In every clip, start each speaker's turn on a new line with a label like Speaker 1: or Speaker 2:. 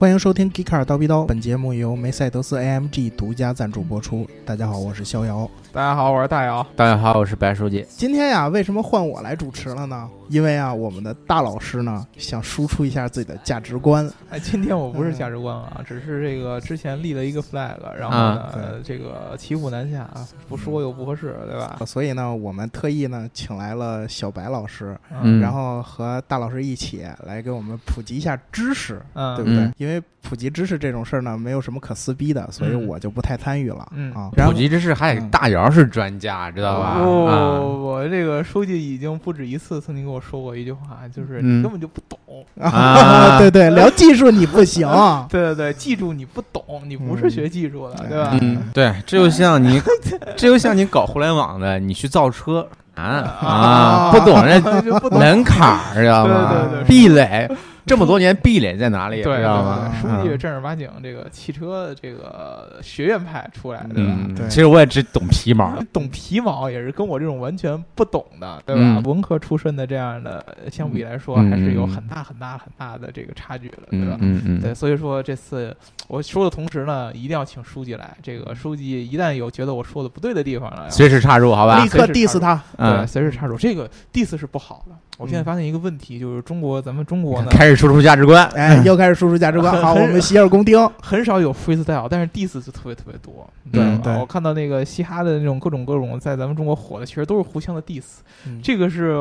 Speaker 1: 欢迎收听《Geeker 叨逼叨》，本节目由梅赛德斯 AMG 独家赞助播出。大家好，我是逍遥。
Speaker 2: 大家好，我是大姚。
Speaker 3: 大家好，我是白书记。
Speaker 1: 今天呀，为什么换我来主持了呢？因为啊，我们的大老师呢想输出一下自己的价值观。
Speaker 2: 哎，今天我不是价值观啊，只是这个之前立了一个 flag，然后呢，
Speaker 1: 嗯
Speaker 2: 呃这个骑虎难下，啊，不说又不合适，对吧？
Speaker 1: 呃所以呢，我们特意呢请来了小白老师，
Speaker 3: 嗯
Speaker 1: 然后和大老师一起来给我们普及一下知识，
Speaker 2: 嗯，
Speaker 1: 对不对？
Speaker 3: 嗯
Speaker 1: 因为普及知识这种事儿呢，没有什么可撕逼的，所以
Speaker 2: 嗯
Speaker 1: 我就不太参与了、
Speaker 2: 嗯
Speaker 1: 啊。然后
Speaker 3: 普及知识还得大姚是专家，知道吧？
Speaker 2: 我、
Speaker 3: 啊
Speaker 2: 我这个书记已经不止一次曾经跟我说过一句话，就是
Speaker 3: 嗯
Speaker 2: 你根本就不懂。
Speaker 3: 啊
Speaker 1: 对对，聊技术你不 行。
Speaker 2: 对对对，记住你不懂，你不是学技术的，对吧？
Speaker 3: 嗯，对，这就像 你，这就像你搞互联网的，你去造车啊
Speaker 2: 啊
Speaker 3: 啊，不懂 人
Speaker 2: 就不懂。
Speaker 3: 门槛儿，知道吗？
Speaker 2: 对对对
Speaker 3: 壁垒，这么多年壁垒在哪里？
Speaker 2: 对对
Speaker 3: 知道吗？
Speaker 2: 对，
Speaker 3: 嗯
Speaker 2: 书记正儿八经这个汽车这个学院派出来的，对吧？
Speaker 3: 嗯
Speaker 1: 对
Speaker 3: 其实我也只懂皮毛。
Speaker 2: 懂皮毛也是跟我这种完全不懂的，对吧？
Speaker 3: 嗯
Speaker 2: 文科出身的这样的，相比来说
Speaker 3: 嗯
Speaker 2: 还是有很大很大很大的这个差距的，对
Speaker 3: 嗯
Speaker 2: 吧？
Speaker 3: 嗯
Speaker 2: 对，
Speaker 3: 嗯，
Speaker 2: 所以说这次我说的同时呢，一定要请书记来。这个书记一旦有觉得我说的不对的地方了，
Speaker 3: 随时插入，好吧
Speaker 1: 立？刻 diss 他，
Speaker 2: 对，
Speaker 3: 嗯，
Speaker 2: 随时插入。这个 diss 是不好的。我现在发现一个问题，就是中国咱们中国呢，
Speaker 3: 开始输出价值观。
Speaker 1: 哎，又开始输出价值观。好，我们洗耳恭听。
Speaker 2: 很少有 freestyle，但是 diss 就特别特别多。
Speaker 3: 嗯对
Speaker 2: 你知道
Speaker 1: 对
Speaker 2: 吧我看到那个嘻哈的那种各种各种在咱们中国火的，其实都是互相的 diss。
Speaker 1: 嗯
Speaker 2: 这个是，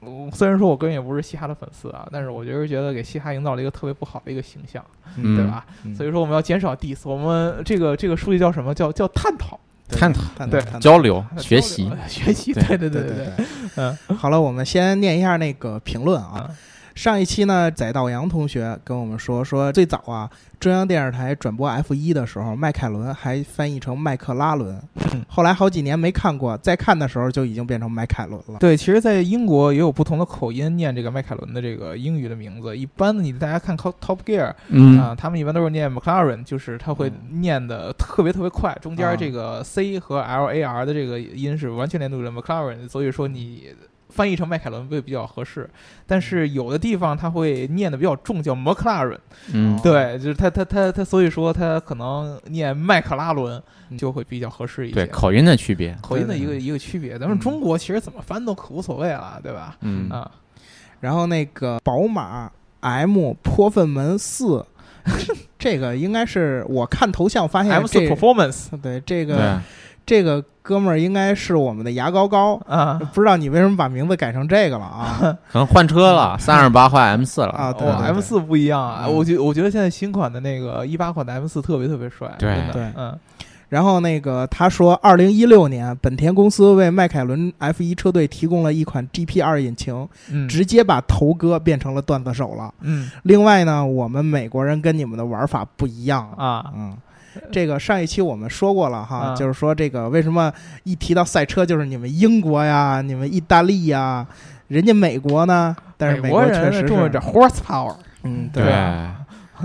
Speaker 2: 呃虽然说我个人也不是嘻哈的粉丝啊，但是我觉得觉得给嘻哈营造了一个特别不好的一个形象，
Speaker 3: 嗯
Speaker 2: 对吧？
Speaker 1: 嗯
Speaker 2: 所以说我们要减少 diss，我们这个这个书记叫什么叫叫探讨、
Speaker 3: 探讨、
Speaker 1: 嗯探
Speaker 2: 对
Speaker 1: 探
Speaker 3: 交流、学习
Speaker 2: 交，流 学习，
Speaker 3: 对
Speaker 2: 嗯对
Speaker 1: 对
Speaker 2: 对对
Speaker 1: 对
Speaker 2: 对，
Speaker 1: 对。
Speaker 2: 嗯
Speaker 1: 好了，我们先念一下那个评论啊
Speaker 2: 啊。
Speaker 1: 上一期呢，载道阳同学跟我们说，说最早啊，中央电视台转播 F 一的时候，迈凯伦还翻译成麦克拉伦，后来好几年没看过，再看的时候就已经变成迈凯伦了。
Speaker 2: 对，其实，在英国也有不同的口音念这个迈凯伦的这个英语的名字。一般的，你大家看 Top Top Gear，啊、
Speaker 3: 嗯
Speaker 2: 他们一般都是念 McLaren，就是他会念的特别特别快，中间
Speaker 1: 啊
Speaker 2: 儿这个 C 和 L A R 的这个音是完全连读的 McLaren，所以说你翻译成迈凯伦会比较合适。但是有的地方他会念的比较重，叫 McLaren，
Speaker 3: 嗯，
Speaker 2: 对，就是他他他他，所以说他可能念麦克拉伦
Speaker 1: 嗯
Speaker 2: 就会比较合适一
Speaker 3: 对，
Speaker 2: 些。
Speaker 3: 口音的区别。
Speaker 2: 口音的一
Speaker 1: 对
Speaker 2: 个
Speaker 1: 对
Speaker 2: 一个区别，咱
Speaker 1: 嗯
Speaker 2: 们中国其实怎么翻都可无所谓了，对吧？
Speaker 3: 嗯
Speaker 2: 啊，
Speaker 1: 然后那个宝马 M 泼粪门四， 这个应该是我看头像发现
Speaker 2: M 四
Speaker 1: 这
Speaker 2: Performance
Speaker 1: 对这
Speaker 3: 对，
Speaker 1: 个这个哥们儿应该是我们的牙膏膏，
Speaker 2: 啊，
Speaker 1: 不知道你为什么把名字改成这个了啊？
Speaker 3: 可能换车
Speaker 2: 嗯
Speaker 3: 了，三二八换 M 四了
Speaker 1: 啊对
Speaker 2: 哦
Speaker 1: 对
Speaker 2: ，M 四不一样啊！
Speaker 1: 嗯
Speaker 2: 我觉我觉得现在新款的那个一八款的 M 四特别特别帅，
Speaker 3: 对
Speaker 2: 真的
Speaker 1: 对
Speaker 2: 嗯，
Speaker 1: 然后那个他说，二零一六年，本田公司为迈凯伦 F 一车队提供了一款 GP 二引擎，
Speaker 2: 嗯
Speaker 1: 直接把头哥变成了段子手了。
Speaker 2: 嗯
Speaker 1: 另外呢，我们美国人跟你们的玩法不一样啊。
Speaker 2: 啊，
Speaker 1: 嗯，这个上一期我们说过了哈，
Speaker 2: 啊
Speaker 1: 就是说这个为什么一提到赛车，就是你们英国呀、你们意大利呀，人家美国呢？但是
Speaker 2: 美
Speaker 1: 国确
Speaker 2: 人
Speaker 1: 实
Speaker 2: 重视
Speaker 1: 是
Speaker 2: 点，horsepower，
Speaker 1: 嗯，
Speaker 3: 对
Speaker 1: 对，
Speaker 2: 啊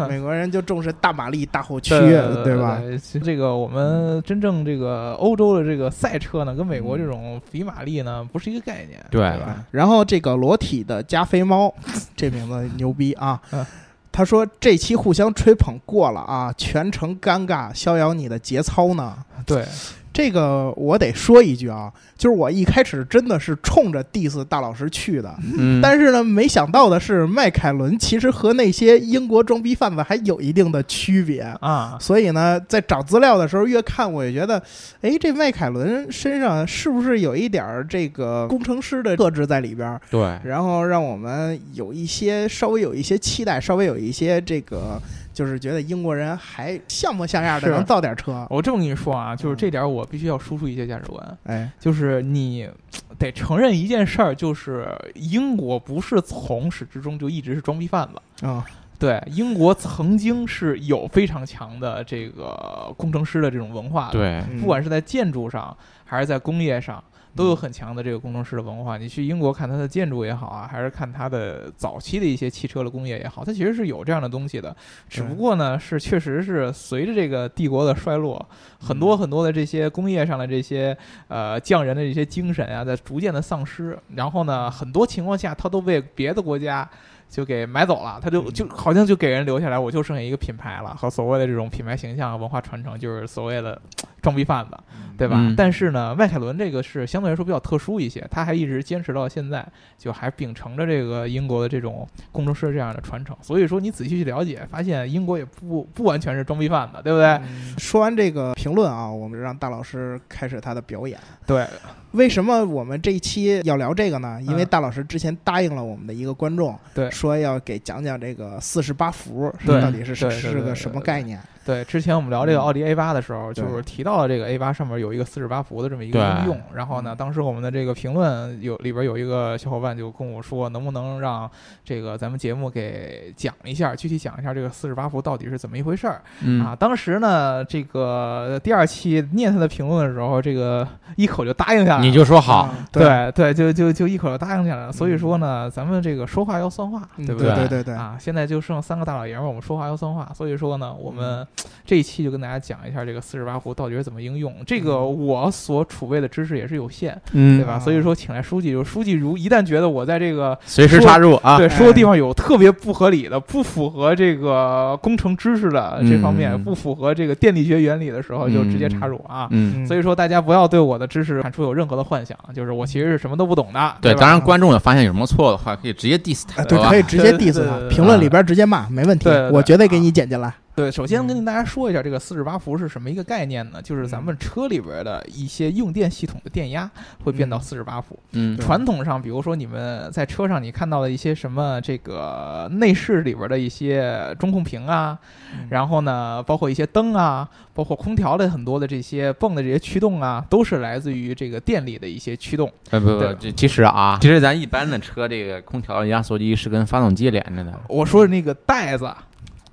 Speaker 1: 美国人就重视大马力、大后驱，
Speaker 2: 对
Speaker 1: 对吧？？嗯
Speaker 2: 其实这个我们真正这个欧洲的这个赛车呢，跟美国这种比马力呢不是一个概念，
Speaker 3: 对
Speaker 2: 吧？
Speaker 1: 然后这个裸体的加菲猫， 这名字牛逼啊
Speaker 2: 嗯！
Speaker 1: 他说这期互相吹捧过了啊，全程尴尬。逍遥，你的节操呢？
Speaker 2: 对，
Speaker 1: 这个我得说一句啊，就是我一开始真的是冲着 diss 大老师去的，
Speaker 3: 嗯，
Speaker 1: 但是呢，没想到的是，迈凯伦其实和那些英国装逼贩子还有一定的区别。
Speaker 2: 啊，
Speaker 1: 所以呢，在找资料的时候，越看我也觉得，哎，这迈凯伦身上是不是有一点儿这个工程师的特质在里边
Speaker 2: 哎
Speaker 1: 儿？
Speaker 3: 对，
Speaker 1: 然后让我们有一些稍微有一些期待，稍微有一些这个，就是觉得英国人还像模像样的
Speaker 2: 是
Speaker 1: 能造点车。
Speaker 2: 我这么跟你说啊，就是
Speaker 1: 嗯
Speaker 2: 这点儿我必须要输出一些价值观，
Speaker 1: 哎，
Speaker 2: 就是你得承认一件事儿，就是英国不是从始至终就一直是装逼贩子。
Speaker 1: 嗯，
Speaker 2: 对，英国曾经是有非常强的这个工程师的这种文化的，，
Speaker 3: 对，
Speaker 1: 嗯
Speaker 2: 不管是在建筑上还是在工业上，都有很强的这个工程师的文化。你去英国看它的建筑也好啊，还是看它的早期的一些汽车的工业也好，它其实是有这样的东西的。只不过呢，是确实是随着这个帝国的衰落，很多很多的这些工业上的这些呃匠人的这些精神啊，在逐渐的丧失。然后呢，很多情况下，它都被别的国家。就给买走了，他就
Speaker 1: 嗯
Speaker 2: 就好像就给人留下来，我就剩下一个品牌了和所谓的这种品牌形象、文化传承，就是所谓的装逼贩子，对吧？
Speaker 3: 嗯
Speaker 2: 但是呢，迈凯伦这个是相对来说比较特殊一些，他还一直坚持到现在，就还秉承着这个英国的这种工程师这样的传承。所以说，你仔细去了解，发现英国也不不完全是装逼贩子，对不
Speaker 1: 嗯
Speaker 2: 对？
Speaker 1: 说完这个评论啊，我们让大老师开始他的表演。
Speaker 2: 对，
Speaker 1: 为什么我们这一期要聊这个呢？因为
Speaker 2: 嗯
Speaker 1: 大老师之前答应了我们的一个观众，
Speaker 2: 对
Speaker 1: 说要给讲讲这个四十八伏是
Speaker 2: 对
Speaker 1: 到底是是
Speaker 2: 对对
Speaker 1: 是
Speaker 2: 对
Speaker 1: 个
Speaker 2: 对
Speaker 1: 什么
Speaker 2: 对
Speaker 1: 概念？
Speaker 2: 对，之前我们聊这个奥迪
Speaker 3: 嗯
Speaker 2: A 八的时候，
Speaker 1: 对
Speaker 2: 就是提到了这个 A 八上面有一个四十八伏的这么一个
Speaker 3: 对嗯
Speaker 2: 应用。然后呢，当时我们的这个评论有里边有一个小伙伴就跟我说，能不能让这个咱们节目给讲一下，具体讲一下这个四十八伏到底是怎么一回事儿、啊？
Speaker 3: 嗯，
Speaker 2: 当时呢，这个第二期念他的评论的时候，这个一口就答应下来了。
Speaker 3: 你就说好，
Speaker 1: 啊，
Speaker 2: 对对，就就就一口就答应下来了。所以说呢，咱们这个说话要算话，
Speaker 1: 嗯
Speaker 2: 对不
Speaker 1: 对
Speaker 3: 对
Speaker 1: 对对，
Speaker 2: 啊，现在就剩三个大老爷们儿，我们说话要算话。所以说呢，我们
Speaker 3: 嗯
Speaker 2: 这一期就跟大家讲一下这个四十八伏到底是怎么应用。这个我所储备的知识也是有限，对
Speaker 3: 嗯，
Speaker 2: 吧？所以说，请来书记，就是书记如一旦觉得我在这个
Speaker 3: 随时插入啊，
Speaker 2: 对说的地
Speaker 1: 哎
Speaker 2: 方有特别不合理的、不符合这个工程知识的这方面、
Speaker 3: 嗯
Speaker 2: 不符合这个电力学原理的时候，就直接插入啊。
Speaker 3: 嗯，
Speaker 2: 所以说，大家不要对我的知识产出有任何的幻想，就是我其实是什么都不懂的。
Speaker 3: 对，
Speaker 2: 吧
Speaker 3: 当然观众有发现有什么错的话，可以直接 diss 他，
Speaker 1: 啊对
Speaker 3: 吧
Speaker 1: 可以直接
Speaker 2: 呃对对
Speaker 1: diss
Speaker 2: 对
Speaker 1: 他
Speaker 2: 对，对啊
Speaker 1: 评论里边直接骂，没问题
Speaker 2: 对对，对
Speaker 1: 我绝对给你剪进来。
Speaker 2: 对，首先
Speaker 1: 嗯
Speaker 2: 跟大家说一下这个四十八伏是什么一个概念呢？就是咱们车里边的一些用电系统的电压会变到四十八伏。
Speaker 3: 嗯
Speaker 1: 对
Speaker 2: 传统上，比如说你们在车上你看到的一些什么这个内饰里边的一些中控屏啊，然后呢，包括一些灯啊，包括空调的很多的这些泵的这些驱动啊，都是来自于这个电力的一些驱动。
Speaker 3: 呃不不，
Speaker 2: 对
Speaker 3: 这其实啊，其实咱一般的车这个空调压缩机是跟发动机连着的
Speaker 2: 我说的那个带子啊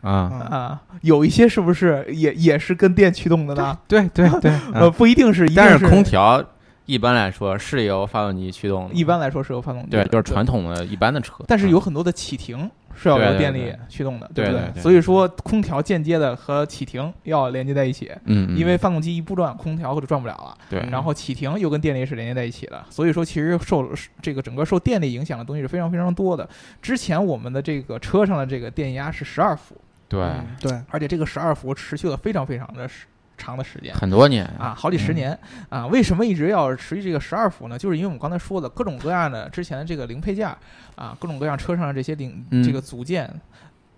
Speaker 3: 啊，
Speaker 1: 嗯
Speaker 2: 啊，有一些是不是也也是跟电驱动的呢？
Speaker 3: 对对对，
Speaker 2: 呃，不一定是， 一定
Speaker 3: 但
Speaker 2: 是
Speaker 3: 是空调一般来说是由发动机驱动的，
Speaker 2: 一般来说是由发动机
Speaker 3: 对
Speaker 2: 的，
Speaker 3: 就是传统的一般的车，
Speaker 2: 但是有很多的启停是要
Speaker 3: 对
Speaker 2: 由
Speaker 3: 对
Speaker 2: 电
Speaker 3: 对
Speaker 2: 力驱动的，
Speaker 3: 对
Speaker 2: 不
Speaker 3: 对对
Speaker 2: 所以说空调间接的和启停要连接在一起，
Speaker 3: 嗯，嗯嗯
Speaker 2: 因为发动机一不转，空调就转不了了。
Speaker 3: 对，
Speaker 2: 然后启停又跟电力是连接在一起的，所以说其实受这个整个受电力影响的东西是非常非常多的。之前我们的这个车上的这个电压是十二伏，
Speaker 3: 对
Speaker 1: 嗯对，
Speaker 2: 而且这个十二伏持续了非常非常的时长的时间。
Speaker 3: 很多年
Speaker 2: 啊，好几
Speaker 3: 嗯
Speaker 2: 十年、啊！为什么一直要持续这个十二伏呢？就是因为我们刚才说的各种各样的之前的这个零配件儿啊，各种各样车上的这些零、
Speaker 3: 嗯
Speaker 2: 这个组件。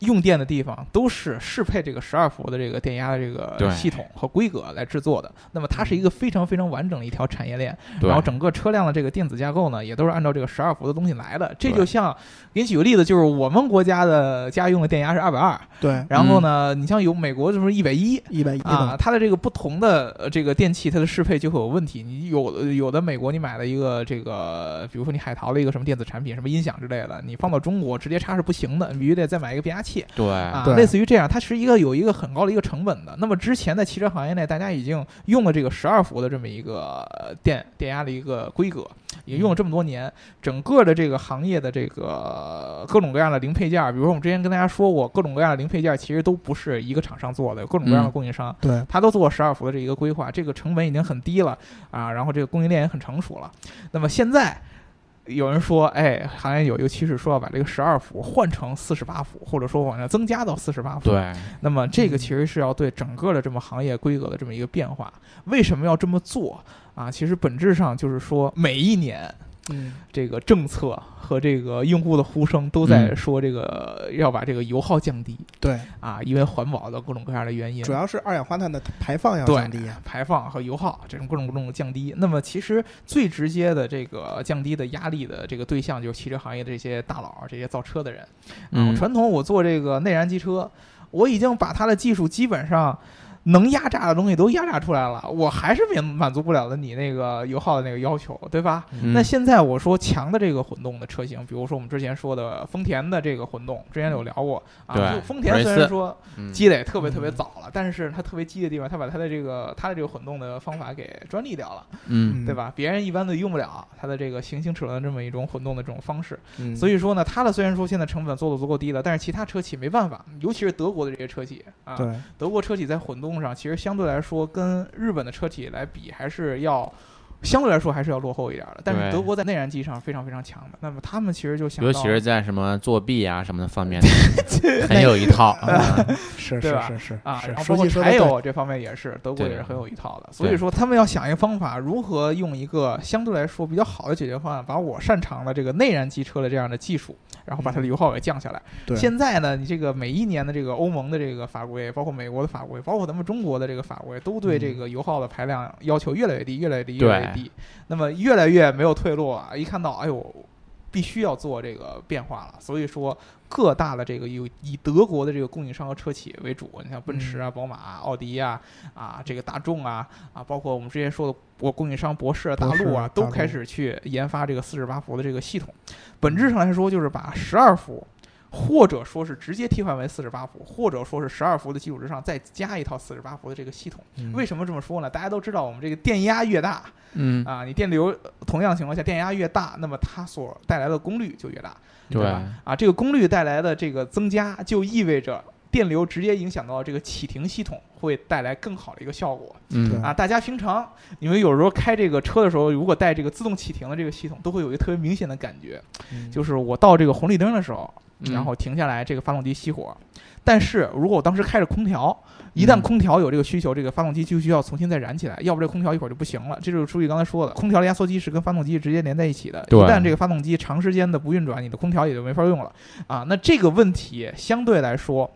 Speaker 2: 用电的地方都是适配这个十二伏的这个电压的这
Speaker 3: 对
Speaker 2: 个系统和规格来制作的。那么它是一个非常非常完整的一条产业链，
Speaker 3: 对
Speaker 2: 然后整个车辆的这个电子架构呢，也都是按照这个十二伏的东西来的。这
Speaker 3: 对
Speaker 2: 就像给你举个例子，就是我们国家的家用的电压是二百二，
Speaker 1: 对，
Speaker 2: 然后呢，你像有美国就是一百一，
Speaker 1: 一百一
Speaker 2: 啊，
Speaker 1: 的，
Speaker 2: 它的这个不同的呃这个电器，它的适配就会有问题。你有的有的美国你买了一个这个，比如说你海淘了一个什么电子产品，什么音响之类的，你放到中国直接插是不行的，你必须得再买一个变压器
Speaker 3: 哎对
Speaker 2: 啊
Speaker 1: 对，
Speaker 2: 类似于这样，它是一个有一个很高的一个成本的。那么之前在汽车行业内，大家已经用了这个十二伏的这么一个呃电电压的一个规格，也用了这么多年，整个的这个行业的这个各种各样的零配件儿，比如说我们之前跟大家说过，各种各样的零配件儿其实都不是一个厂商做的，有各种各样的
Speaker 3: 嗯
Speaker 2: 供应商。
Speaker 1: 对，
Speaker 2: 它都做十二伏的这一个规划，这个成本已经很低了啊，然后这个供应链也很成熟了。那么现在有人说，哎，行业有一个趋势，说要把这个十二伏换成四十八伏，或者说往上增加到四十八伏。，
Speaker 3: 对
Speaker 2: 那么这个其实是要对整个的这么行业规格的这么一个变化。为什么要这么做啊？其实本质上就是说，每一年
Speaker 1: 嗯，
Speaker 2: 这个政策和这个用户的呼声都在
Speaker 3: 嗯
Speaker 2: 说，这个要把这个油耗降低
Speaker 1: 对，
Speaker 2: 啊，因为环保的各种各样的原因。
Speaker 1: 主要是二氧化碳的排放要
Speaker 2: 对
Speaker 1: 降低啊，
Speaker 2: 排放和油耗这种各种各种的降低。那么其实最直接的这个降低的压力的这个对象就是汽车行业的这些大佬、这些造车的人。
Speaker 3: 嗯
Speaker 2: 啊传统我做这个内燃机车，我已经把它的技术基本上。能压榨的东西都压榨出来了，我还是满满足不了的你那个油耗的那个要求，对吧？
Speaker 3: 嗯
Speaker 2: 那现在我说强的这个混动的车型，比如说我们之前说的丰田的这个混动，之前有聊过啊。
Speaker 3: 对
Speaker 2: 就丰田虽然说
Speaker 3: 嗯
Speaker 2: 积累特别特别早了，但是它特别鸡的地方，它把它的这个它的这个混动的方法给专利掉了，
Speaker 3: 嗯
Speaker 2: 对吧？别人一般都用不了它的这个行星齿轮的这么一种混动的这种方式。
Speaker 1: 嗯？
Speaker 2: 所
Speaker 1: 以
Speaker 2: 以说呢，它的虽然说现在成本做的足够低了，但是其他车企没办法，尤其是德国的这些车企啊，
Speaker 1: 对，
Speaker 2: 德国车企在混动上其实相对来说跟日本的车企来比还是要。相对来说还是要落后一点的。但是
Speaker 3: 对
Speaker 2: 德国在内燃机上非常非常强的，那么他们其实就想到，
Speaker 3: 尤其是在什么作弊啊什么的方面，很有一套。嗯
Speaker 1: 是
Speaker 2: 对
Speaker 1: 是
Speaker 2: 吧
Speaker 1: 是是
Speaker 2: 啊，
Speaker 1: 是
Speaker 2: 然后包
Speaker 1: 说
Speaker 2: 括
Speaker 1: 起说
Speaker 2: 柴
Speaker 1: 得对
Speaker 2: 油这方面也是，德国也
Speaker 3: 对
Speaker 2: 是
Speaker 3: 的
Speaker 2: 很有一套的。所以说，他们要想一个方法，如何用一个相对来说比较好的解决方案，把我擅长的这个内燃机车的这样的技术，然后把它的油耗给降下来。
Speaker 1: 嗯对
Speaker 2: 现在呢，你这个每一年的这个欧盟的这个法规，包括美国的法规，包括咱们中国的这个法规，都对这
Speaker 1: 嗯
Speaker 2: 个油耗的排量要求越来越低，越来越低，越来越
Speaker 3: 对
Speaker 2: 低。那么越来越没有退路啊！一看到，哎呦。必须要做这个变化了，所以说各大的这个有以德国的这个供应商和车企为主，你像奔驰
Speaker 1: 嗯
Speaker 2: 啊、宝马啊、奥迪啊、啊这个大众啊啊，包括我们之前说的我供应商博士、啊、大陆
Speaker 1: 博士
Speaker 2: 啊
Speaker 1: 啊，
Speaker 2: 都
Speaker 1: 大陆
Speaker 2: 开始去研发这个四十八伏的这个系统。本
Speaker 1: 嗯
Speaker 2: 质上来说，就是把十二伏。或者说是直接替换为四十八伏，或者说是十二伏的基础之上再加一套四十八伏的这个系统。
Speaker 1: 嗯
Speaker 2: 为什么这么说呢？大家都知道，我们这个电压越大，
Speaker 3: 嗯，
Speaker 2: 啊，你电流呃同样情况下电压越大，那么它所带来的功率就越大，
Speaker 3: 对
Speaker 2: 吧？啊，这个功率带来的这个增加，就意味着电流直接影响到这个启停系统，会带来更好的一个效果
Speaker 1: 对
Speaker 3: 嗯，
Speaker 2: 啊！大家平常你们有时候开这个车的时候，如果带这个自动启停的这个系统，都会有一个特别明显的感觉，
Speaker 1: 嗯
Speaker 2: 就是我到这个红绿灯的时候，
Speaker 3: 嗯
Speaker 2: 然后停下来，这个发动机熄火。但是如果我当时开着空调，一旦
Speaker 3: 嗯
Speaker 2: 空调有这个需求，这个发动机就需要重新再燃起来，要不这空调一会儿就不行了。这就是书记刚才说的，空调的压缩机是跟发动机直接连在一起的。一
Speaker 3: 对
Speaker 2: 旦这个发动机长时间的不运转，你的空调也就没法用了啊。那这个问题相对来说，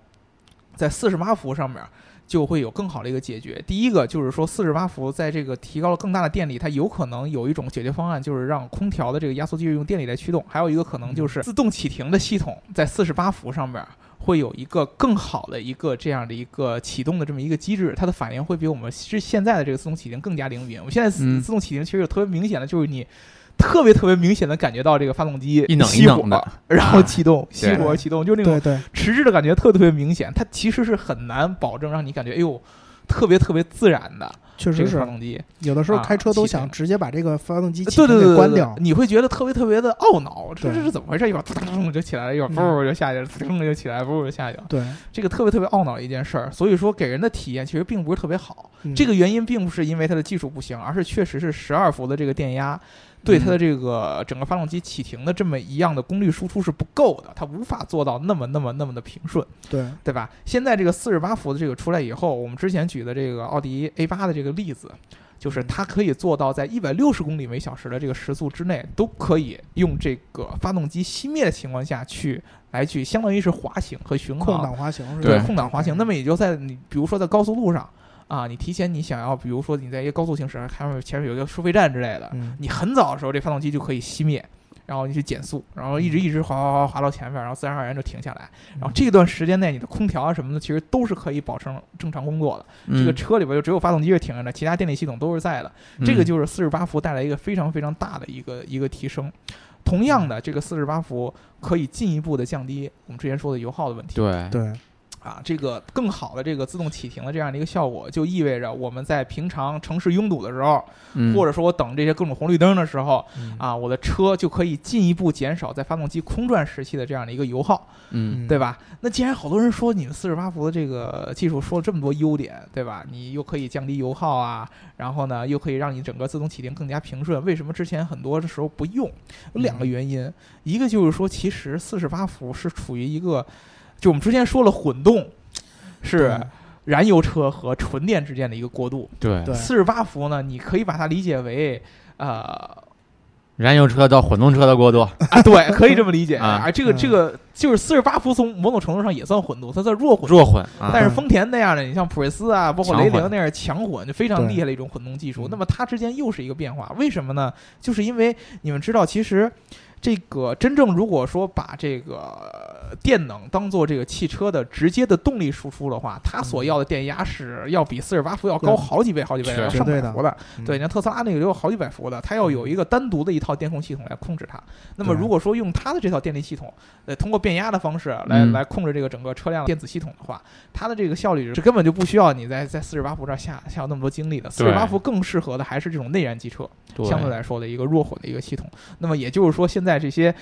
Speaker 2: 在四十八伏上面。就会有更好的一个解决。第一个就是说，四十八伏在这个提高了更大的电力，它有可能有一种解决方案，就是让空调的这个压缩机用电力来驱动；还有一个可能
Speaker 3: 嗯
Speaker 2: 就是自动启停的系统在四十八伏上面会有一个更好的一个这样的一个启动的这么一个机制，它的反应会比我们是现在的这个自动启停更加灵敏。我们现在自
Speaker 3: 嗯
Speaker 2: 自动启停其实有特别明显的，就是你特别特别明显的感觉到这个发动机
Speaker 3: 一冷一
Speaker 2: 熄火
Speaker 3: 冷的，啊
Speaker 2: 然后启动，熄
Speaker 3: 对
Speaker 2: 火启动，就那种
Speaker 1: 对对
Speaker 2: 迟滞的感觉特别特别明显。它其实是很难保证让你感觉哎呦特别特别自然的
Speaker 1: 确
Speaker 2: 这
Speaker 1: 实
Speaker 2: 个发
Speaker 1: 是
Speaker 2: 动机。
Speaker 1: 有的时候
Speaker 2: 啊
Speaker 1: 开车都
Speaker 2: 启停
Speaker 1: 想直接把这个发动机启
Speaker 2: 对
Speaker 1: 停
Speaker 2: 对对
Speaker 1: 给
Speaker 2: 对，
Speaker 1: 关
Speaker 2: 对
Speaker 1: 掉，
Speaker 2: 你会觉得特别特别的懊恼，这
Speaker 1: 对
Speaker 2: 这是怎么回事？一会儿噔就起来了，一会儿
Speaker 1: 嗯
Speaker 2: 嘣就下去了，噔就起来，嘣就下去了。
Speaker 1: 对，
Speaker 2: 这个特别特别懊恼的一件事儿，所以说给人的体验其实并不是特别好。
Speaker 1: 嗯
Speaker 2: 这个原因并不是因为它的技术不行，而是确实是十二伏的这个电压对它的这个整个发动机启停的这么一样的功率输出是不够的，它无法做到那么那么那么的平顺，
Speaker 1: 对
Speaker 2: 对吧？现在这个四十八伏的这个出来以后，我们之前举的这个奥迪 A 八的这个例子。
Speaker 1: 嗯
Speaker 2: 就是它可以做到在一百六十公里每小时的这个时速之内，都可以用这个发动机熄灭的情况下去来去，相当于是滑行和巡
Speaker 1: 空
Speaker 2: 航，
Speaker 1: 档滑行是吧？
Speaker 2: 对
Speaker 3: 对
Speaker 2: 空档滑行。那么也就在你比如说在高速路上啊，你提前你想要，比如说你在一个高速行驶，还有前面有一个收费站之类的，
Speaker 1: 嗯
Speaker 2: 你很早的时候这发动机就可以熄灭。然后你去减速，然后一直
Speaker 3: 嗯
Speaker 2: 一直滑滑滑滑到前面，然后自然而然就停下来。然后这段时间内，你的空调啊什么的，其实都是可以保证正常工作的。
Speaker 3: 嗯
Speaker 2: 这个车里边就只有发动机是停着的，其他电力系统都是在的。
Speaker 3: 嗯
Speaker 2: 这个就是四十八伏带来一个非常非常大的一个一个提升。同样的，这个四十八伏可以进一步的降低我们之前说的油耗的问题。
Speaker 3: 对
Speaker 1: 对
Speaker 2: 啊，这个更好的这个自动启停的这样的一个效果，就意味着我们在平常城市拥堵的时候，
Speaker 3: 嗯
Speaker 2: 或者说我等这些各种红绿灯的时候，
Speaker 1: 嗯
Speaker 2: 啊，我的车就可以进一步减少在发动机空转时期的这样的一个油耗，
Speaker 3: 嗯
Speaker 2: 对吧？那既然好多人说你们四十八伏的这个技术说了这么多优点，对吧？你又可以降低油耗啊，然后呢又可以让你整个自动启停更加平顺，为什么之前很多的时候不用？有两个
Speaker 1: 嗯
Speaker 2: 原因，一个就是说，其实四十八伏是处于一个，就我们之前说了混动是
Speaker 1: 对
Speaker 2: 燃油车和纯电之间的一个过渡，
Speaker 3: 对
Speaker 1: 对
Speaker 2: 四十八伏呢，你可以把它理解为呃
Speaker 3: 燃油车到混动车的过渡，
Speaker 2: 啊，对，可以这么理解
Speaker 3: 啊
Speaker 2: 这个
Speaker 1: 嗯
Speaker 2: 这个就是四十八伏，从某种程度上也算混动，它算弱混。
Speaker 3: 弱混啊，
Speaker 2: 但是丰田那样的，你像普锐斯啊，包括雷
Speaker 3: 强
Speaker 2: 凌
Speaker 3: 混
Speaker 2: 那样强混，就非常厉害的一种混动技术
Speaker 1: 嗯。
Speaker 2: 那么它之间又是一个变化，为什么呢？就是因为你们知道，其实这个真正如果说把这个呃电能当做这个汽车的直接的动力输出的话，它所要的电压是要比四十八伏要高
Speaker 1: 对
Speaker 2: 好几倍、好几倍，
Speaker 3: 嗯是
Speaker 2: 要
Speaker 1: 绝
Speaker 2: 上
Speaker 1: 对
Speaker 2: 百
Speaker 1: 的
Speaker 2: 伏的。
Speaker 1: 嗯
Speaker 2: 对，你像特斯拉那个有好几百伏的，它要有一个单独的一套电控系统来控制它。那么
Speaker 1: 对
Speaker 2: 如果说用它的这套电力系统，呃，通过变压的方式来、
Speaker 3: 嗯
Speaker 2: 来控制这个整个车辆电子系统的话，它的这个效率是根本就不需要你在在四十八伏这儿下下那么多精力的。四十八伏更适合的还是这种内燃机车，相对来说的一个弱混的一个系统。那么也就是说，现在这些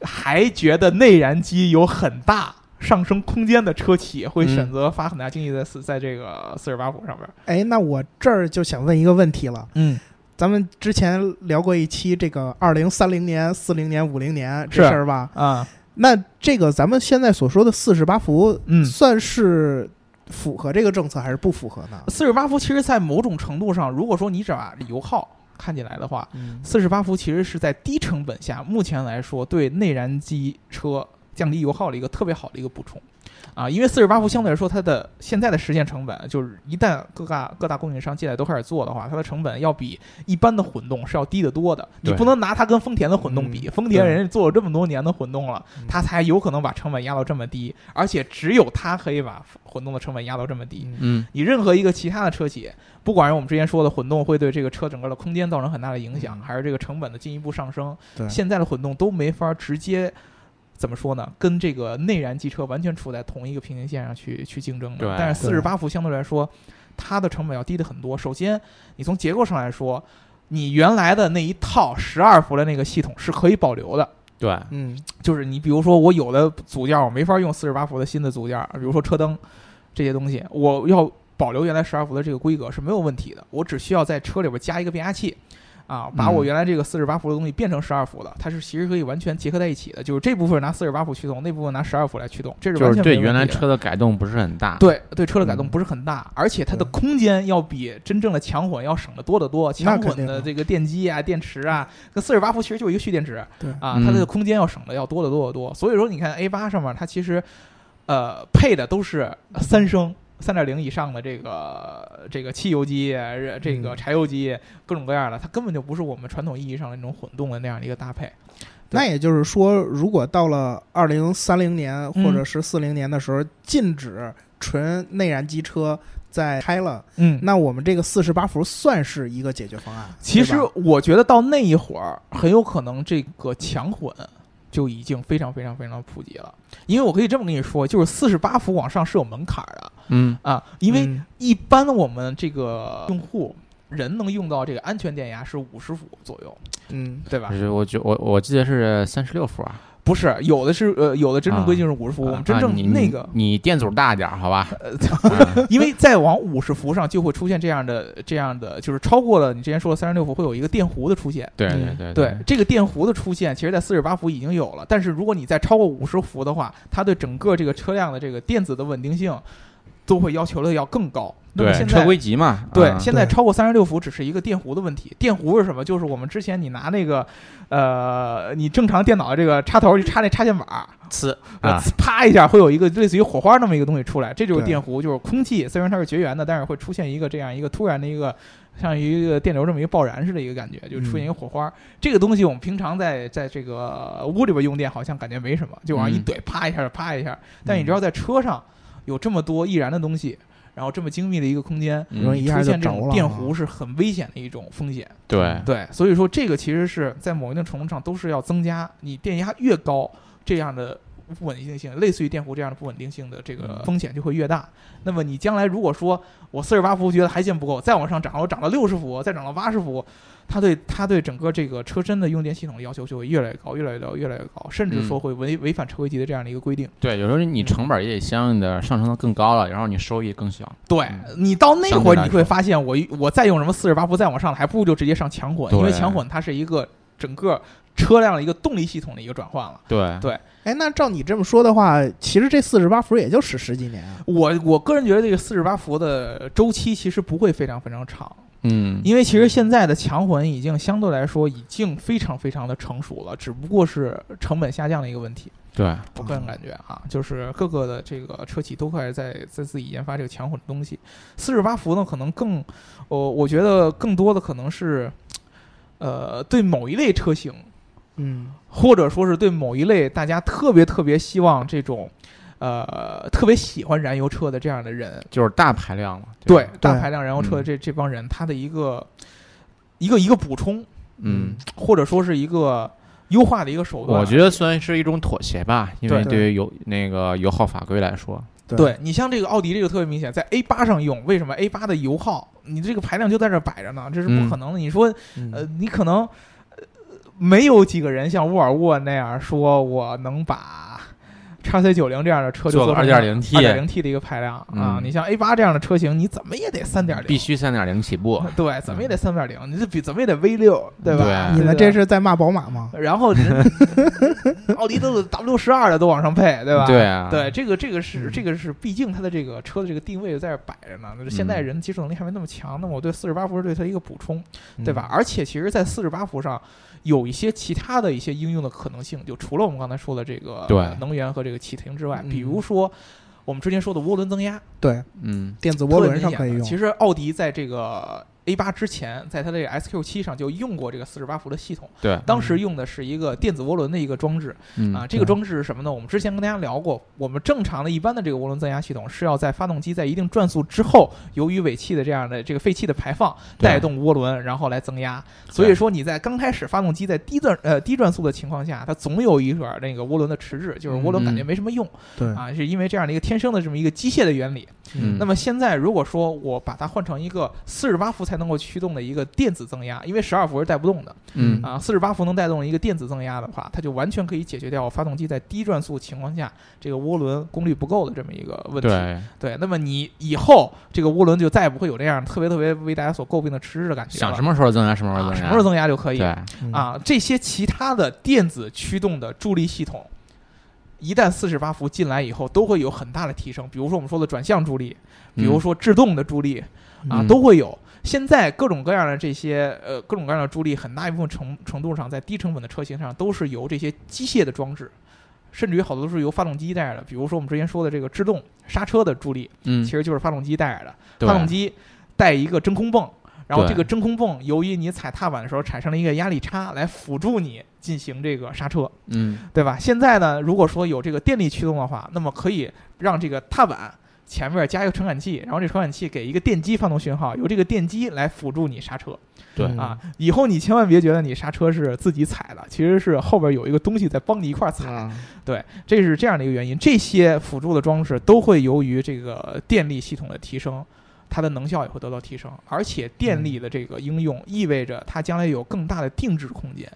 Speaker 2: 还觉得内燃机有很大。上升空间的车企会
Speaker 3: 嗯
Speaker 2: 选择花很大精力在四在这个四十八伏上边，
Speaker 1: 哎，那我这儿就想问一个问题了，
Speaker 2: 嗯，
Speaker 1: 咱们之前聊过一期这个二零三零年、四零年、五零年这
Speaker 2: 是
Speaker 1: 事儿吧？
Speaker 2: 啊，
Speaker 1: 那这个咱们现在所说的四十八伏，
Speaker 2: 嗯
Speaker 1: 算是符合这个政策还是不符合呢？
Speaker 2: 四十八伏其实，在某种程度上，如果说你只把油耗看进来的话，
Speaker 1: 嗯
Speaker 2: 四十八伏其实是在低成本下，目前来说对内燃机车降低油耗的一个特别好的一个补充。啊，因为四十八伏相对来说，它的现在的实现成本就是一旦各大各大供应商进来都开始做的话，它的成本要比一般的混动是要低得多的。你
Speaker 3: 对
Speaker 2: 不能拿它跟丰田的混动比，
Speaker 1: 嗯
Speaker 2: 丰田人家做了这么多年的混动了
Speaker 1: 嗯，
Speaker 2: 它才有可能把成本压到这么低，而且只有它可以把混动的成本压到这么低。
Speaker 3: 嗯，
Speaker 2: 你任何一个其他的车企，不管是我们之前说的混动会对这个车整个的空间造成很大的影响，
Speaker 1: 嗯
Speaker 2: 还是这个成本的进一步上升，
Speaker 1: 对，
Speaker 2: 现在的混动都没法直接怎么说呢？跟这个内燃机车完全处在同一个平行线上去去竞争的
Speaker 3: 对。
Speaker 2: 但是四
Speaker 1: 对
Speaker 2: 十八伏相对来说，它的成本要低的很多。首先，你从结构上来说，你原来的那一套十二伏的那个系统是可以保留的，
Speaker 3: 对，
Speaker 1: 嗯，
Speaker 2: 就是你比如说我有的组件儿我没法用四十八伏的新的组件儿，比如说车灯这些东西，我要保留原来十二伏的这个规格是没有问题的，我只需要在车里边加一个变压器。啊，把
Speaker 3: 嗯
Speaker 2: 我原来这个四十八伏的东西变成十二伏的，它是其实可以完全结合在一起的，就是这部分拿四十八伏驱动，那部分拿十二伏来驱动，这是
Speaker 3: 就
Speaker 2: 完
Speaker 3: 是
Speaker 2: 全
Speaker 3: 对
Speaker 2: 没问
Speaker 3: 原来
Speaker 2: 题的
Speaker 3: 车的改动不是很大。，
Speaker 2: 对对车的改动
Speaker 1: 嗯
Speaker 2: 不是很大，而且它的
Speaker 1: 对
Speaker 2: 空间要比真正的强混要省得多得多。
Speaker 1: 那
Speaker 2: 强
Speaker 1: 肯
Speaker 2: 混
Speaker 1: 定
Speaker 2: 的
Speaker 1: 的
Speaker 2: 这个电机啊、电池啊，跟四十八伏其实就是一个蓄电池，
Speaker 1: 对
Speaker 2: 啊，
Speaker 3: 嗯
Speaker 2: 它的空间要省的要多得多得多。所以说，你看 A 八上面它其实呃配的都是三升。三点零以上的这个这个汽油机、呃这个
Speaker 1: 嗯
Speaker 2: 柴油机，各种各样的，它根本就不是我们传统意义上的那种混动的那样的一个搭配。
Speaker 1: 那也就是说，如果到了二零三零年或
Speaker 2: 嗯
Speaker 1: 者是四零年的时候，禁止纯内燃机车再开了，
Speaker 2: 嗯
Speaker 1: 那我们这个四十八伏算是一个解决方案。
Speaker 2: 其实
Speaker 1: 对吧
Speaker 2: 我觉得到那一会儿，很有可能这个强混就已经非常非常非常普及了，因为我可以这么跟你说，就是四十八伏往上是有门槛儿的
Speaker 3: 嗯，
Speaker 2: 啊，因为
Speaker 1: 嗯
Speaker 2: 一般我们这个用户人能用到这个安全电压是五十伏左右，
Speaker 1: 嗯，
Speaker 2: 对吧
Speaker 3: 就？是我觉我我记得是三十六伏啊，
Speaker 2: 不是，有的是呃，有的真正规定是五十伏，我
Speaker 3: 啊
Speaker 2: 们真
Speaker 3: 啊你
Speaker 2: 正那 个
Speaker 3: 你你电阻大点儿，好吧？
Speaker 2: 呃，
Speaker 3: 嗯
Speaker 2: 因为再往五十伏上就会出现这样的这样的，就是超过了你之前说的三十六伏，会有一个电弧的出现。
Speaker 3: 对
Speaker 1: 嗯
Speaker 3: 对
Speaker 2: 对，这个电弧的出现，其实在四十八伏已经有了，但是如果你再超过五十伏的话，它对整个这个车辆的这个电子的稳定性都会要求的要更高。那么
Speaker 3: 对，
Speaker 2: 现
Speaker 3: 车
Speaker 2: 在
Speaker 3: 规级嘛，
Speaker 2: 对
Speaker 3: 啊，
Speaker 2: 现在
Speaker 1: 对
Speaker 2: 超过三十六伏只是一个电弧的问题。电弧是什么？就是我们之前你拿那个，呃，你正常电脑的这个插头去插那插线板儿，
Speaker 3: 呲
Speaker 2: 呃
Speaker 3: 啊，
Speaker 2: 啪一下会有一个类似于火花那么一个东西出来，这就是
Speaker 1: 对
Speaker 2: 电弧，就是空气虽然它是绝缘的，但是会出现一个这样一个突然的一个像一个电流这么一个爆燃似的一个感觉，就出现一
Speaker 1: 嗯
Speaker 2: 个火花。这个东西我们平常在在这个屋里边用电好像感觉没什么，就往上一
Speaker 3: 嗯
Speaker 2: 怼，啪一下，啪一下。但你知
Speaker 1: 嗯
Speaker 2: 道在车上有这么多易燃的东西，然后这么精密的一个空间。
Speaker 1: 容易
Speaker 3: 嗯
Speaker 1: 一
Speaker 2: 出
Speaker 1: 下就
Speaker 2: 现这
Speaker 1: 着
Speaker 2: 种
Speaker 1: 了
Speaker 2: 电
Speaker 1: 啊
Speaker 2: 弧是很危险的一种风险，
Speaker 3: 对
Speaker 2: 对，所以说这个其实是在某一定程度上都是要增加你电压越高，这样的不稳定性，类似于电弧这样的不稳定性的这个
Speaker 3: 嗯
Speaker 2: 风险就会越大。那么你将来如果说我四十八伏觉得还嫌不够，再往上涨，我涨到六十伏，再涨到八十伏，它对它对整个这个车身的用电系统的要求就会越来越高，越来越高，越来越高，甚至说会违违反车规级的这样的一个规定。
Speaker 3: 对，有时候你成本也得相应的上升的更高了，然后你收益更小。
Speaker 2: 对
Speaker 3: 嗯
Speaker 2: 你到那会
Speaker 3: 相对
Speaker 2: 儿，
Speaker 3: 来
Speaker 2: 你会
Speaker 3: 说
Speaker 2: 发现我一我再用什么四十八伏再往上，还不如就直接上强混，因为
Speaker 3: 对
Speaker 2: 强混它是一个整个车辆的一个动力系统的一个转换了。
Speaker 3: 对
Speaker 2: 对
Speaker 1: 哎，那照你这么说的话，其实这四十八伏也就使十几年啊。
Speaker 2: 我我个人觉得这个四十八伏的周期其实不会非常非常长，
Speaker 3: 嗯，
Speaker 2: 因为其实现在的强混已经相对来说已经非常非常的成熟了，只不过是成本下降的一个问题。
Speaker 3: 对，
Speaker 1: 嗯
Speaker 2: 我个人感觉啊，就是各个的这个车企都开始在在自己研发这个强混的东西。四十八伏呢，可能更，呃，我觉得更多的可能是，呃，对某一类车型，
Speaker 1: 嗯，
Speaker 2: 或者说是对某一类大家特别特别希望这种，呃，特别喜欢燃油车的这样的人，
Speaker 3: 就是大排量了。
Speaker 2: 对
Speaker 3: 吧
Speaker 2: 大
Speaker 1: 对
Speaker 2: 排量燃油车的这这帮人，他的一个一个一个补充，
Speaker 3: 嗯，
Speaker 2: 或者说是一个优化的一个手段。
Speaker 3: 我觉得算是一种妥协吧，因为
Speaker 1: 对
Speaker 3: 对于油那个油耗法规来说，
Speaker 1: 对
Speaker 2: 对你像这个奥迪这个特别明显，在 A 八上用，为什么 A 八的油耗，你这个排量就在这儿摆着呢？这是不
Speaker 3: 嗯
Speaker 2: 可能的。你说，呃，你可能、呃、没有几个人像沃尔沃那样说我能把。叉 C 九零这样的车就
Speaker 3: 做个
Speaker 2: 做
Speaker 3: 二点零 T，
Speaker 2: 二点零 T 的一个排量啊
Speaker 3: 嗯，
Speaker 2: 你像 A 八这样的车型，你怎么也得三点零，
Speaker 3: 必须三点零起步。
Speaker 2: 对，怎么也得三点零，你这比怎么也得 V 六，对吧？
Speaker 3: 对
Speaker 1: 你们这
Speaker 2: 是。
Speaker 1: 是在骂宝马吗？
Speaker 2: 然后人 奥迪都有 W 十二了，都往上配，对吧？
Speaker 3: 对啊，
Speaker 2: 对，这个这个
Speaker 1: 嗯
Speaker 2: 是这个是，毕竟它的这个车的这个定位在这儿摆着呢。那现在
Speaker 3: 嗯
Speaker 2: 人技术能力还没那么强，那么我对四十八伏是对它一个补充，
Speaker 3: 嗯
Speaker 2: 对吧？？而且其实，在四十八伏上有一些其他的一些应用的可能性，就除了我们刚才说的这个
Speaker 3: 对
Speaker 2: 能源和这个启停之外，
Speaker 1: 嗯
Speaker 2: 比如说我们之前说的涡轮增压，
Speaker 1: 对，
Speaker 3: 嗯，
Speaker 1: 电子
Speaker 2: 特
Speaker 1: 涡
Speaker 2: 别
Speaker 1: 轮上
Speaker 2: 明显
Speaker 1: 可以
Speaker 2: 的
Speaker 1: 用。
Speaker 2: 其实奥迪在这个 A 八之前，在它这个 SQ 七上就用过这个四十八伏的系统。
Speaker 3: 对，
Speaker 2: 当
Speaker 1: 嗯
Speaker 2: 时用的是一个电子涡轮的一个装置
Speaker 3: 嗯
Speaker 2: 啊啊，这个装置是什么呢？我们之前跟大家聊过，我们正常的一般的这个涡轮增压系统是要在发动机在一定转速之后，由于尾气的这样的这个废气的排放
Speaker 3: 对
Speaker 2: 带动涡轮，然后来增压。所以说你在刚开始发动机在低转呃低转速的情况下，它总有一会儿那个涡轮的迟滞，就是涡轮感觉
Speaker 3: 嗯
Speaker 2: 没什么用
Speaker 1: 对，
Speaker 2: 啊，是因为这样的一个天生的这么一个机械的原理。
Speaker 3: 嗯
Speaker 2: 那么现在如果说我把它换成一个四十八伏才能够驱动的一个电子增压，因为十二伏是带不动的。
Speaker 3: 嗯
Speaker 2: 啊，四十八伏能带动一个电子增压的话，它就完全可以解决掉发动机在低转速情况下这个涡轮功率不够的这么一个问题。
Speaker 3: 对，
Speaker 2: 对那么你以后这个涡轮就再也不会有这样特别特别为大家所诟病的迟滞的感觉
Speaker 3: 想
Speaker 2: 了
Speaker 3: 什么时候增压什么时候
Speaker 2: 啊
Speaker 3: 增
Speaker 2: 什
Speaker 3: 压，
Speaker 2: 么时候增压就可以
Speaker 3: 对，
Speaker 1: 嗯，
Speaker 2: 啊。这些其他的电子驱动的助力系统。一旦四十八伏进来以后，都会有很大的提升。比如说我们说的转向助力，比如
Speaker 3: 嗯
Speaker 2: 说制动的助力，啊，
Speaker 3: 嗯
Speaker 2: 都会有。现在各种各样的这些呃各种各样的助力，很大一部分程程度上，在低成本的车型上，都是由这些机械的装置，甚至于好多都是由发动机带来的。比如说我们之前说的这个制动刹车的助力，
Speaker 3: 嗯
Speaker 2: 其，实就是发动机带来的。
Speaker 3: 对
Speaker 2: 发动机带一个真空泵，然后
Speaker 3: 对
Speaker 2: 这个真空泵由于你踩踏板的时候产生了一个压力差，来辅助你进行这个刹车。
Speaker 3: 嗯
Speaker 2: 对吧？现在呢，如果说有这个电力驱动的话，那么可以让这个踏板前面加一个传感器，然后这传感器给一个电机发动讯号，由这个电机来辅助你刹车
Speaker 3: 对
Speaker 1: 嗯
Speaker 2: 啊。以后你千万别觉得你刹车是自己踩的，其实是后边有一个东西在帮你一块儿踩。
Speaker 1: 啊，
Speaker 2: 对，这是这样的一个原因。这些辅助的装置都会由于这个电力系统的提升。它的能效也会得到提升，而且电力的这个应用意味着它将来有更大的定制空间。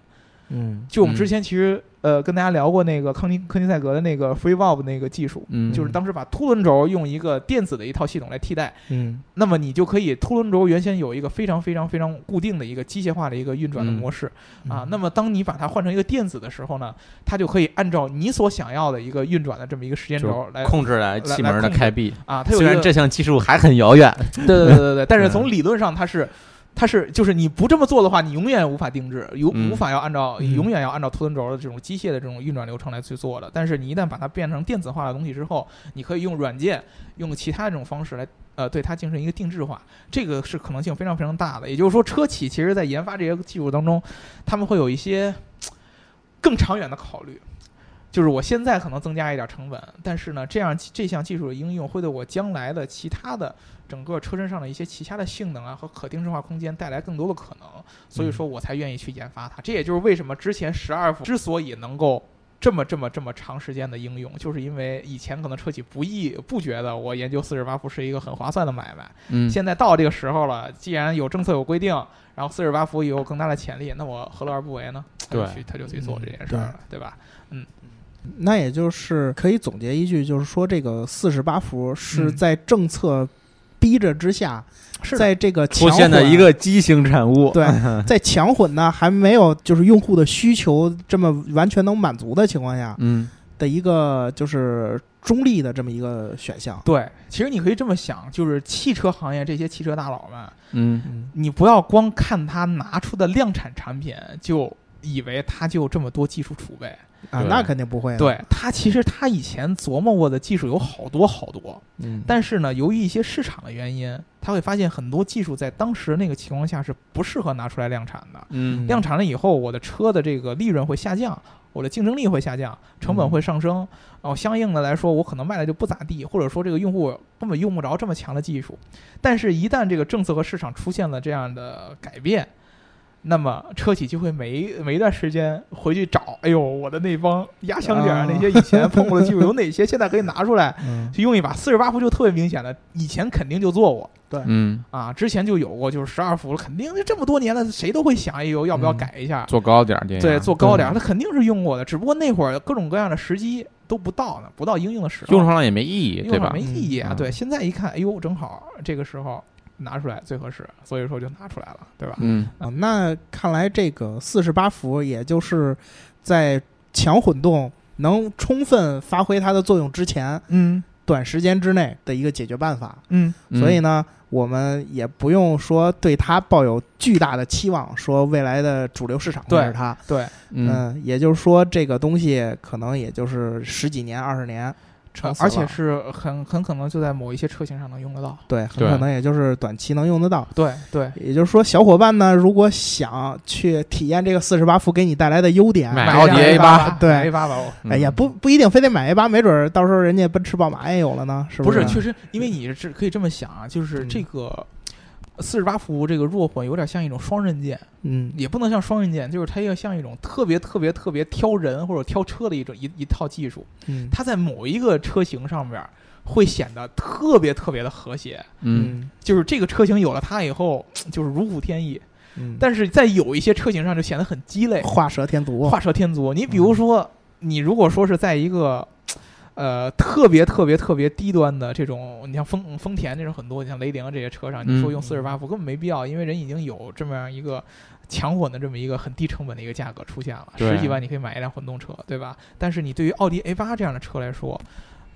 Speaker 1: 嗯，
Speaker 2: 就我们之
Speaker 3: 嗯
Speaker 2: 前其实、呃跟大家聊过那个康尼科尼塞格的那个 Free Valve 那个技术，
Speaker 3: 嗯，
Speaker 2: 就是当时把凸轮轴用一个电子的一套系统来替代，
Speaker 1: 嗯，
Speaker 2: 那么你就可以凸轮轴原先有一个非常非常非常固定的一个机械化的一个运转的
Speaker 3: 嗯
Speaker 2: 模式、啊，那么当你把它换成一个电子的时候呢，它就可以按照你所想要的一个运转的这么一个时间轴来
Speaker 3: 控制来气门的开闭。
Speaker 2: 啊，它有
Speaker 3: 虽
Speaker 2: 一
Speaker 3: 然
Speaker 2: 个
Speaker 3: 这项技术还很 遥远，
Speaker 2: 对对对对对，但是
Speaker 3: 嗯
Speaker 2: 从理论上它是。它是，就是你不这么做的话，你永远无法定制，永
Speaker 3: 嗯
Speaker 2: 无法要按照，
Speaker 1: 嗯
Speaker 2: 永远要按照凸轮轴的这种机械的这种运转流程来去做的。但是你一旦把它变成电子化的东西之后，你可以用软件，用其他这种方式来，呃，对它进行一个定制化，这个是可能性非常非常大的。也就是说，车企其实在研发这些技术当中，他们会有一些更长远的考虑，就是我现在可能增加一点成本，但是呢，这样这项技术的应用会对我将来的其他的整个车身上的一些其他的性能啊和可定制化空间带来更多的可能，所以说我才愿意去研发它。这也就是为什么之前十二伏之所以能够。这么这么这么长时间的应用，就是因为以前可能车企不意不觉得我研究四十八伏是一个很划算的买卖，
Speaker 3: 嗯，
Speaker 2: 现在到这个时候了，既然有政策有规定，然后四十八伏也有更大的潜力，那我何乐而不为呢？他就
Speaker 3: 对
Speaker 2: 去他就去做这件事儿了，对吧？
Speaker 1: 那也就是可以总结一句，就是说这个四十八伏是
Speaker 2: 嗯
Speaker 1: 在政策逼着之下，
Speaker 2: 是
Speaker 1: 在这个
Speaker 3: 出
Speaker 1: 强
Speaker 3: 现的
Speaker 1: 混
Speaker 3: 一个畸形产物。
Speaker 1: 对，在强混呢还没有就是用户的需求这么完全能满足的情况下
Speaker 3: 嗯，
Speaker 1: 的一个就是中立的这么一个选项。
Speaker 2: 对，其实你可以这么想，就是汽车行业这些汽车大佬们，
Speaker 3: 嗯
Speaker 1: 嗯
Speaker 2: 你不要光看他拿出的量产产品就。以为他就这么多技术储备，
Speaker 1: 啊，
Speaker 3: 对
Speaker 1: 那肯定不会。，
Speaker 2: 对他其实他以前琢磨过的技术有好多好多，
Speaker 3: 嗯，
Speaker 2: 但是呢，由于一些市场的原因，他会发现很多技术在当时那个情况下是不适合拿出来量产的。
Speaker 3: 嗯
Speaker 2: 量产了以后，我的车的这个利润会下降，我的竞争力会下降，成本会上升，然后相应的来说，我可能卖的就不咋地，或者说这个用户根本用不着这么强的技术。但是，一旦这个政策和市场出现了这样的改变，那么车企就会每一每一段时间回去找，哎呦，我的那帮压箱底儿
Speaker 1: 啊
Speaker 2: 那些以前碰过的技术有哪些，现在可以拿出来
Speaker 1: 嗯，
Speaker 2: 去用一把。四十八伏就特别明显的，以前肯定就做过
Speaker 3: 嗯，
Speaker 2: 啊，之前就有过，就是十二伏，肯定这么多年了，谁都会想，哎呦，要不要
Speaker 1: 嗯
Speaker 2: 改一下？
Speaker 3: 做高点儿电压，
Speaker 2: 对，做高点儿，
Speaker 1: 对
Speaker 2: 它肯定是用过的，只不过那会儿各种各样的时机都不到呢，不到应用的时候，
Speaker 3: 用上了也没意义，
Speaker 2: 用
Speaker 3: 对
Speaker 2: 上
Speaker 3: 吧？
Speaker 2: 没意义啊。
Speaker 3: 嗯
Speaker 2: 对，现在一看，哎呦，正好这个时候拿出来最合适，所以说就拿出来了，对吧？
Speaker 3: 嗯，
Speaker 1: 啊，那看来这个四十八伏，也就是在强混动能充分发挥它的作用之前，
Speaker 2: 嗯
Speaker 1: 短时间之内的一个解决办法。
Speaker 2: 嗯，
Speaker 3: 嗯
Speaker 1: 所以呢，我们也不用说对它抱有巨大的期望，说未来的主流市场会
Speaker 2: 对
Speaker 1: 是它。
Speaker 2: 对，
Speaker 3: 嗯，
Speaker 1: 也就是说，这个东西可能也就是十几年、二十年，撑死
Speaker 2: 而且
Speaker 1: 了
Speaker 2: 是很很可能就在某一些车型上能用得到。
Speaker 1: 对，很
Speaker 3: 对
Speaker 1: 可能也就是短期能用得到。
Speaker 2: 对对，
Speaker 1: 也就是说，小伙伴呢，如果想去体验这个四十八伏给你带来的优点，
Speaker 3: 买
Speaker 2: 一
Speaker 3: 奥
Speaker 2: 辆
Speaker 3: 迪
Speaker 2: A
Speaker 3: A8
Speaker 2: 八，
Speaker 1: 对
Speaker 2: A 八吧，我
Speaker 3: 嗯
Speaker 1: 哎呀，不不一定非得买 A 八，没准儿到时候人家奔驰、宝马也有了呢，是
Speaker 2: 不
Speaker 1: 是
Speaker 2: 是，？确实，因为你是可以这么想啊，就是
Speaker 1: 嗯
Speaker 2: 这个四十八伏这个弱混有点像一种双刃剑，
Speaker 1: 嗯，
Speaker 2: 也不能像双刃剑，就是它要像一种特别特别特别挑人或者挑车的一种一一套技术，
Speaker 1: 嗯
Speaker 2: 它在某一个车型上面会显得特别特别的和谐，
Speaker 3: 嗯，
Speaker 2: 就是这个车型有了它以后就是如虎添翼，
Speaker 1: 嗯，
Speaker 2: 但是在有一些车型上就显得很鸡肋，
Speaker 1: 画蛇添足，啊
Speaker 2: 画蛇添足。你比如
Speaker 3: 嗯
Speaker 2: 说，你如果说是在一个。呃，特别特别特别低端的这种，你像丰丰田这种很多，你像雷凌这些车上，你说
Speaker 3: 嗯
Speaker 2: 用四十八伏根本没必要，因为人已经有这么样一个强混的这么一个很低成本的一个价格出现了，
Speaker 3: 对
Speaker 2: 十几万你可以买一辆混动车，对吧？但是你对于奥迪 A 八这样的车来说，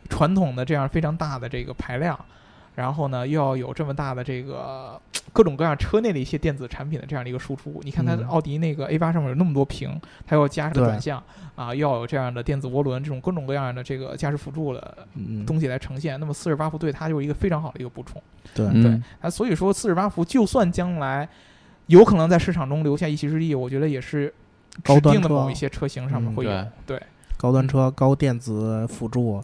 Speaker 2: 传统的这样非常大的这个排量，然后呢又要有这么大的这个各种各样车内的一些电子产品的这样的一个输出，你看它
Speaker 1: 嗯
Speaker 2: 奥迪那个 A 八上面有那么多屏，它要加上
Speaker 1: 对
Speaker 2: 转向啊，要有这样的电子涡轮这种各种各样的这个驾驶辅助的
Speaker 1: 嗯，
Speaker 2: 东西来呈现。那么四十八伏对它就是一个非常好的一个补充。
Speaker 1: 对
Speaker 3: 嗯
Speaker 2: 对，啊，所以说四十八伏就算将来有可能在市场中留下一席之地，我觉得也是
Speaker 1: 高
Speaker 2: 指
Speaker 1: 端
Speaker 2: 定的
Speaker 1: 车
Speaker 2: 某一些车型上
Speaker 1: 嗯
Speaker 2: 面会有。
Speaker 3: 对
Speaker 2: 对
Speaker 1: 高端车、高电子辅助，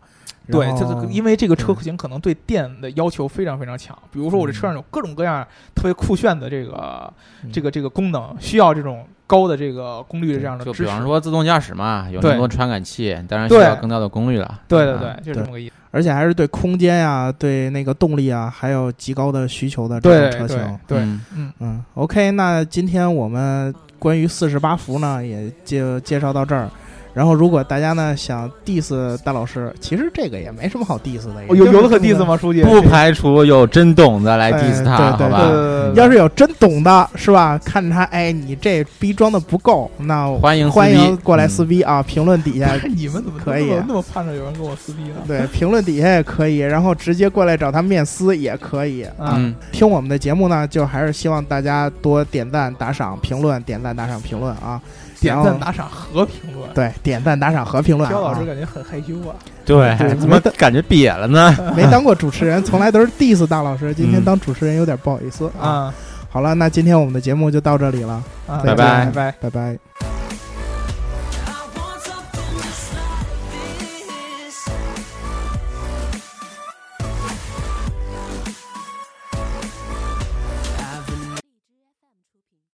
Speaker 2: 对，
Speaker 1: 然
Speaker 2: 这
Speaker 1: 后
Speaker 2: 个因为这个车
Speaker 1: 对
Speaker 2: 型可能对电的要求非常非常强。比如说我这车上有各种各样特别酷炫的这个
Speaker 1: 嗯
Speaker 2: 这个这个功能，需要这种高的这个功率的这样的
Speaker 3: 就比
Speaker 2: 支持
Speaker 3: 方。说自动驾驶嘛，有那
Speaker 2: 对
Speaker 3: 么多传感器，当然需要更高的功率了。
Speaker 2: 对对
Speaker 3: 啊
Speaker 1: 嗯
Speaker 2: 对，就是这么个意思。
Speaker 1: 而且还是对空间呀、对那个动力啊，还有极高的需求的这
Speaker 2: 对
Speaker 1: 种车
Speaker 2: 对
Speaker 1: 型。
Speaker 2: 对，
Speaker 3: 嗯
Speaker 2: 嗯，
Speaker 1: 嗯，OK，那今天我们关于四十八伏呢，也就介绍到这儿。然后，如果大家呢想 diss 大老师，其实这个也没什么好 diss 的，也
Speaker 2: 哦有有的可
Speaker 1: 就是这么
Speaker 2: diss
Speaker 1: 个？
Speaker 2: 吗，书记？
Speaker 3: 不排除有真懂的来
Speaker 1: 哎
Speaker 3: diss 他，
Speaker 1: 对对
Speaker 2: 对
Speaker 3: 好吧？
Speaker 2: 对对，，
Speaker 1: 要是有真懂的，是吧？看着他，哎，你这逼装的不够，那我
Speaker 3: 欢迎
Speaker 1: 欢
Speaker 3: 撕逼
Speaker 1: 迎过来撕逼啊！评论底下
Speaker 2: 你们怎么
Speaker 1: 可以
Speaker 2: 那么
Speaker 1: 啊
Speaker 2: 那么盼着有人跟我撕逼呢？
Speaker 1: 对，评论底下也可以，然后直接过来找他面撕也可以啊。
Speaker 2: 啊
Speaker 3: 嗯，
Speaker 1: 听我们的节目呢，就还是希望大家多点赞、打赏、评论，点赞、打赏、评论啊！
Speaker 2: 点
Speaker 1: 然
Speaker 2: 赞、
Speaker 1: 后
Speaker 2: 打赏和评论。
Speaker 1: 对，点赞、打赏和评论
Speaker 2: 肖老
Speaker 1: 啊
Speaker 2: 师！感觉很害羞啊，
Speaker 3: 对
Speaker 1: 对
Speaker 3: 怎么感觉瘪了呢？
Speaker 1: 没当过主持人，从来都是 diss 大老师，今天当主持人有点不好意思啊。
Speaker 2: 啊
Speaker 1: 好了，那今天我们的节目就到这里了，
Speaker 2: 啊！
Speaker 1: 再见
Speaker 3: 拜拜
Speaker 2: 拜拜。
Speaker 1: 拜拜。